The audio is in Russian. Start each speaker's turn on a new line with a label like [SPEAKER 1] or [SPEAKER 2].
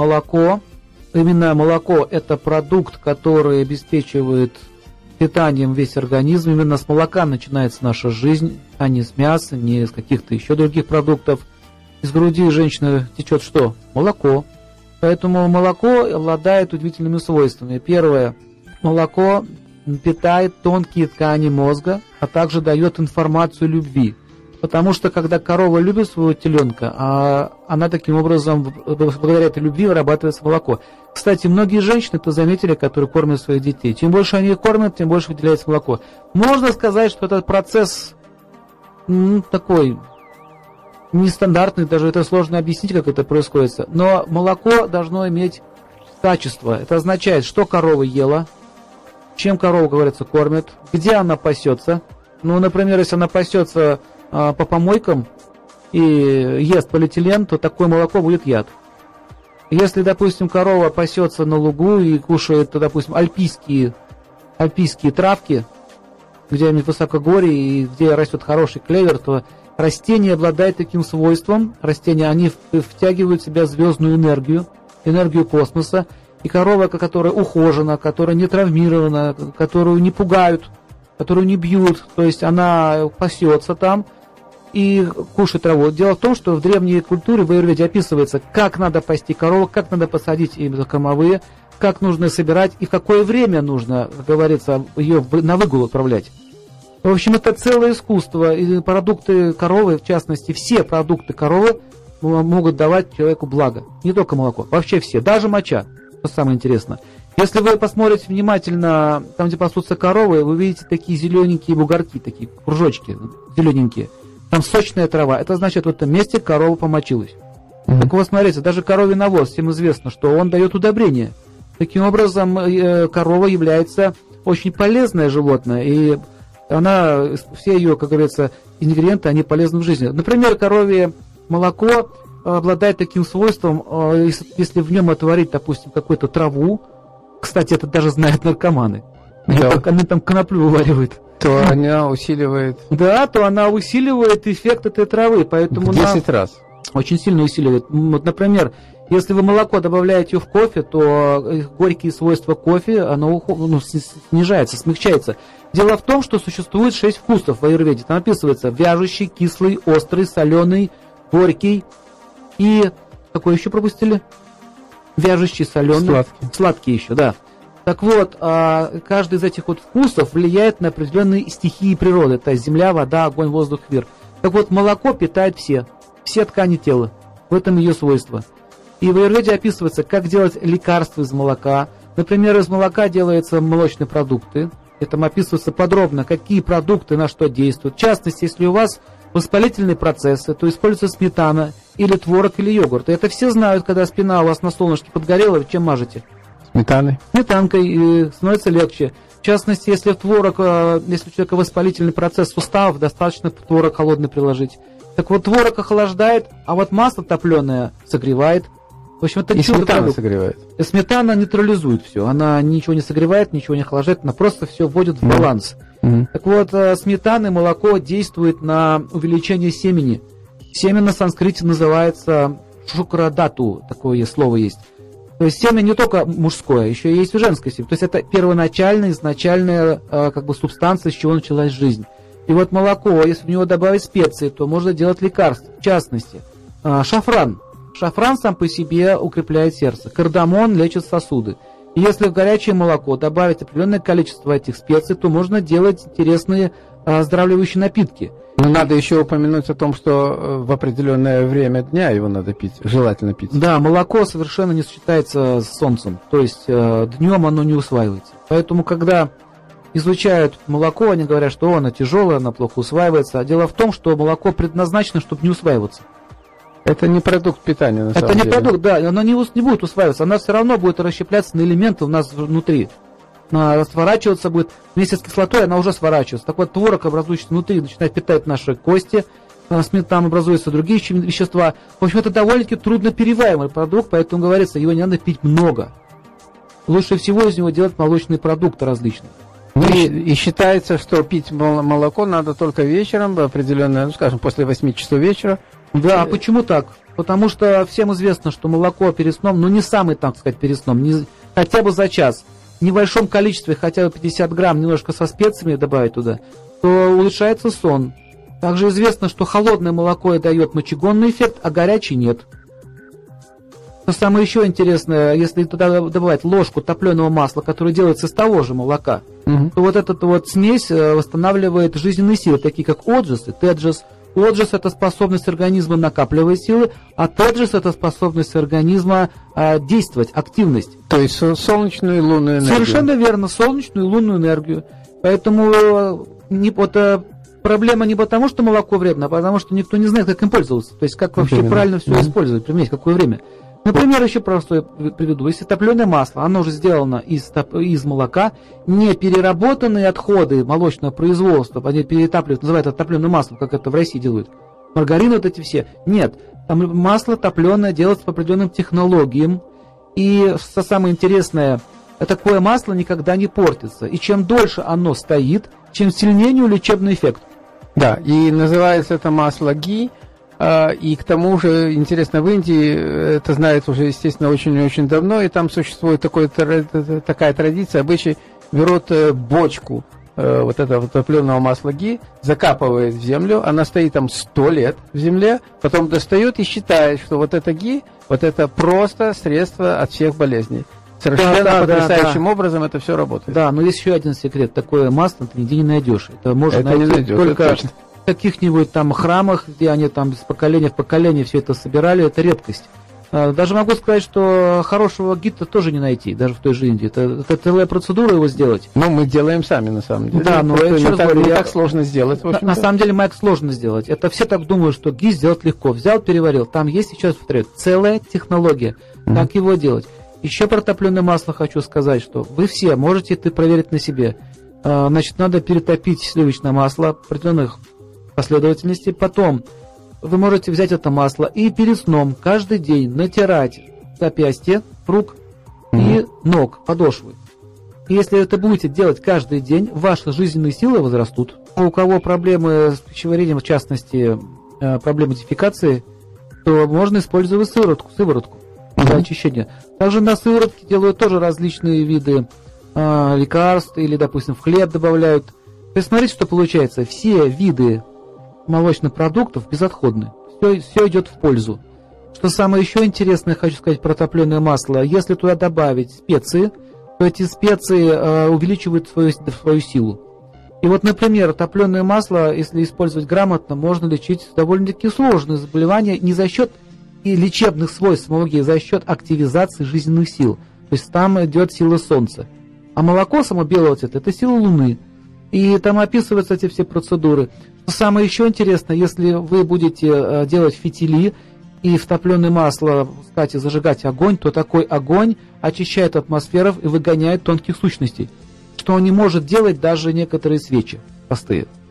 [SPEAKER 1] молоко. Именно молоко – это продукт, который обеспечивает питанием весь организм. Именно с молока начинается наша жизнь, а не с мяса, не из каких-то еще других продуктов. Из груди женщины течет что? Молоко. Поэтому молоко обладает удивительными свойствами. Первое. Молоко питает тонкие ткани мозга, а также дает информацию любви. Потому что когда корова любит своего теленка, а она таким образом, благодаря этой любви, вырабатывается молоко. Кстати, многие женщины это заметили, которые кормят своих детей. Чем больше они их кормят, тем больше выделяется молоко. Можно сказать, что этот процесс ну, такой нестандартный, даже это сложно объяснить, как это происходит. Но молоко должно иметь качество. Это означает, что корова ела, чем корову, говорится, кормят, где она пасется. Ну, например, если она пасется а, по помойкам и ест полиэтилен, то такое молоко будет яд. Если, допустим, корова пасется на лугу и кушает, допустим, альпийские, альпийские травки, где высокогорье и где растет хороший клевер, то растение обладает таким свойством. Растения, они втягивают в себя звездную энергию, энергию космоса. И корова, которая ухожена, которая не травмирована, которую не пугают, которую не бьют, то есть она пасется там и кушает траву. Дело в том, что в древней культуре в Айурведе описывается, как надо пасти корову, как надо посадить им кормовые, как нужно собирать и в какое время нужно, как говорится, ее на выгул отправлять. В общем, это целое искусство. И продукты коровы, в частности, все продукты коровы могут давать человеку благо. Не только молоко, вообще все, даже моча, что самое интересное. Если вы посмотрите внимательно, там, где пасутся коровы, вы видите такие зелененькие бугорки, такие кружочки зелененькие. Там сочная трава. Это значит, в этом месте корова помочилась. Mm-hmm. Так вот, смотрите, даже коровий навоз, всем известно, что он дает удобрение. Таким образом, э, корова является очень полезное животное, и она, все ее, как говорится, ингредиенты, они полезны в жизни. Например, коровье молоко э, обладает таким свойством, э, если в нем отварить, допустим, какую-то траву, кстати, это даже знают наркоманы. Они, да. там, они там коноплю вываривают.
[SPEAKER 2] То она усиливает.
[SPEAKER 1] Да, то она усиливает эффект этой травы. Поэтому
[SPEAKER 2] в 10
[SPEAKER 1] она
[SPEAKER 2] раз.
[SPEAKER 1] Очень сильно усиливает. Вот, например, если вы молоко добавляете в кофе, то э, горькие свойства кофе, оно ну, снижается, смягчается. Дело в том, что существует 6 вкусов в аюрведе. Там описывается вяжущий, кислый, острый, соленый, горький и... Какой еще пропустили? вяжущий, соленый,
[SPEAKER 2] сладкий.
[SPEAKER 1] сладкий еще, да. Так вот, а, каждый из этих вот вкусов влияет на определенные стихии природы. Это земля, вода, огонь, воздух, мир. Так вот, молоко питает все, все ткани тела. В этом ее свойство. И в Айурведе описывается, как делать лекарства из молока. Например, из молока делаются молочные продукты. И там описывается подробно, какие продукты на что действуют. В частности, если у вас воспалительные процессы, то используется сметана или творог или йогурт. И это все знают, когда спина у вас на солнышке подгорела, чем мажете?
[SPEAKER 2] Сметаной.
[SPEAKER 1] Сметанкой Ну, э, становится легче. В частности, если в творог, э, если у человека воспалительный процесс суставов, достаточно творог холодный приложить. Так вот, творог охлаждает, а вот масло топленое согревает. В общем, это
[SPEAKER 2] И сметана продукт. согревает.
[SPEAKER 1] Сметана нейтрализует все. Она ничего не согревает, ничего не охлаждает, она просто все вводит в баланс. Mm-hmm. Так вот, сметана и молоко действует на увеличение семени. Семя на санскрите называется шукрадату, такое слово есть. То есть семя не только мужское, еще есть и женское семя. То есть это первоначальная, изначальная э, как бы субстанция, с чего началась жизнь. И вот молоко, если в него добавить специи, то можно делать лекарства. В частности, э, шафран. Шафран сам по себе укрепляет сердце. Кардамон лечит сосуды. И если в горячее молоко добавить определенное количество этих специй, то можно делать интересные а, оздоравливающие напитки.
[SPEAKER 2] Но надо еще упомянуть о том, что э, в определенное время дня его надо пить, желательно пить.
[SPEAKER 1] Да, молоко совершенно не сочетается с солнцем, то есть э, днем оно не усваивается. Поэтому, когда изучают молоко, они говорят, что оно тяжелое, оно плохо усваивается. А дело в том, что молоко предназначено, чтобы не усваиваться.
[SPEAKER 2] Это не продукт питания, на
[SPEAKER 1] Это
[SPEAKER 2] самом
[SPEAKER 1] не
[SPEAKER 2] деле.
[SPEAKER 1] продукт, да, оно не, ус- не будет усваиваться, оно все равно будет расщепляться на элементы у нас внутри. Она сворачиваться будет вместе с кислотой, она уже сворачивается. Так вот, творог, образующийся внутри, начинает питать наши кости, там образуются другие вещества. В общем, это довольно-таки трудно перевариваемый продукт, поэтому говорится, его не надо пить много. Лучше всего из него делать молочные продукты различные.
[SPEAKER 2] Ну, и, и считается, что пить молоко надо только вечером, определенно, ну, скажем, после 8 часов вечера,
[SPEAKER 1] Да, а почему так? Потому что всем известно, что молоко перед сном, ну не самый, так сказать, перед сном, не, хотя бы за час, в небольшом количестве, хотя бы 50 грамм, немножко со специями добавить туда, то улучшается сон. Также известно, что холодное молоко и дает мочегонный эффект, а горячий нет. Но самое еще интересное, если туда добавить ложку топленого масла, которое делается из того же молока,
[SPEAKER 2] Мгм.
[SPEAKER 1] то вот эта вот смесь э, восстанавливает жизненные силы, такие как отжас и теджес. Отжас – это способность организма накапливать силы, а теджес – это способность организма э, действовать, активность.
[SPEAKER 2] То есть со- солнечную и лунную энергию.
[SPEAKER 1] Совершенно верно, солнечную и лунную энергию. Поэтому э, не, вот, э, проблема не потому, что молоко вредно, а потому что никто не знает, как им пользоваться. То есть, как
[SPEAKER 2] Вот
[SPEAKER 1] вообще
[SPEAKER 2] именно.
[SPEAKER 1] правильно все
[SPEAKER 2] Мгм.
[SPEAKER 1] использовать, применять, какое время. Например, еще простое при- приведу. Если топленое масло, оно уже сделано из, топ- из молока, не переработанные отходы молочного производства, они перетапливают, называют это топленым маслом, как это в России делают. Маргарин вот эти все. Нет, там масло топленое делается по определенным технологиям. И что самое интересное, такое масло никогда не портится. И чем дольше оно стоит, чем сильнее у него лечебный эффект.
[SPEAKER 2] Да, и называется это масло ги. а, И к тому же, интересно, в Индии э, это знают уже, естественно, очень и очень давно, и там существует такой, тра- т- такая традиция, обычай, берут э, бочку э, вот этого топленого масла ги, закапывает в землю, она стоит там сто лет в земле, потом достает и считает, что вот это ги, вот это просто средство от всех болезней.
[SPEAKER 1] да,
[SPEAKER 2] Совершенно
[SPEAKER 1] да,
[SPEAKER 2] потрясающим образом это все работает.
[SPEAKER 1] Да, но есть еще один секрет. Такое масло ты нигде не найдешь. Это можно
[SPEAKER 2] это не
[SPEAKER 1] найти
[SPEAKER 2] найдешь, это
[SPEAKER 1] ну только
[SPEAKER 2] точно.
[SPEAKER 1] в каких-нибудь там храмах, где они там с поколения в поколение все это собирали. Это редкость. А, Даже могу сказать, что хорошего гида тоже не найти, даже в той же Индии. Это, это целая процедура его сделать.
[SPEAKER 2] Ну, мы делаем сами, на самом деле.
[SPEAKER 1] Да, но
[SPEAKER 2] Просто
[SPEAKER 1] я еще
[SPEAKER 2] не
[SPEAKER 1] раз
[SPEAKER 2] так,
[SPEAKER 1] говорю,
[SPEAKER 2] не
[SPEAKER 1] я-
[SPEAKER 2] так сложно сделать, в
[SPEAKER 1] На,
[SPEAKER 2] общем
[SPEAKER 1] на самом деле, Майк, сложно сделать. Это все так думают, что ги сделать легко. Взял, переварил. Там есть, еще раз повторяю, целая технология.
[SPEAKER 2] Мгм.
[SPEAKER 1] Как его делать? Еще про топленое масло хочу сказать, что вы все можете это проверить на себе. А, Значит, надо перетопить сливочное масло в определенных последовательностей. Потом вы можете взять это масло и перед сном каждый день натирать запястье, рук и ног, подошвы. И если это будете делать каждый день, ваши жизненные силы возрастут. А У кого проблемы с пищеварением, в частности, э, проблемы дефекации, то можно использовать сыворотку, сыворотку для очищения. Также на сыворотке делают тоже различные виды э, лекарств или, допустим, в хлеб добавляют. То есть смотрите, что получается. Все виды молочных продуктов безотходны. Все, идет в пользу. Что самое еще интересное, хочу сказать про топленое масло. Если туда добавить специи, то эти специи э, увеличивают свою, с- свою силу. И вот, например, топленое масло, если использовать грамотно, можно лечить довольно-таки сложные заболевания не за счет и лечебных свойств самого гея, за счет активизации жизненных сил. То есть там идет сила солнца. А молоко само белого цвета – это сила луны. И там описываются эти все процедуры. Что самое еще интересное, если вы будете э, делать фитили и в топленое масло, кстати, зажигать огонь, то такой огонь очищает атмосферу и выгоняет тонких сущностей, что не может делать даже некоторые свечи простые.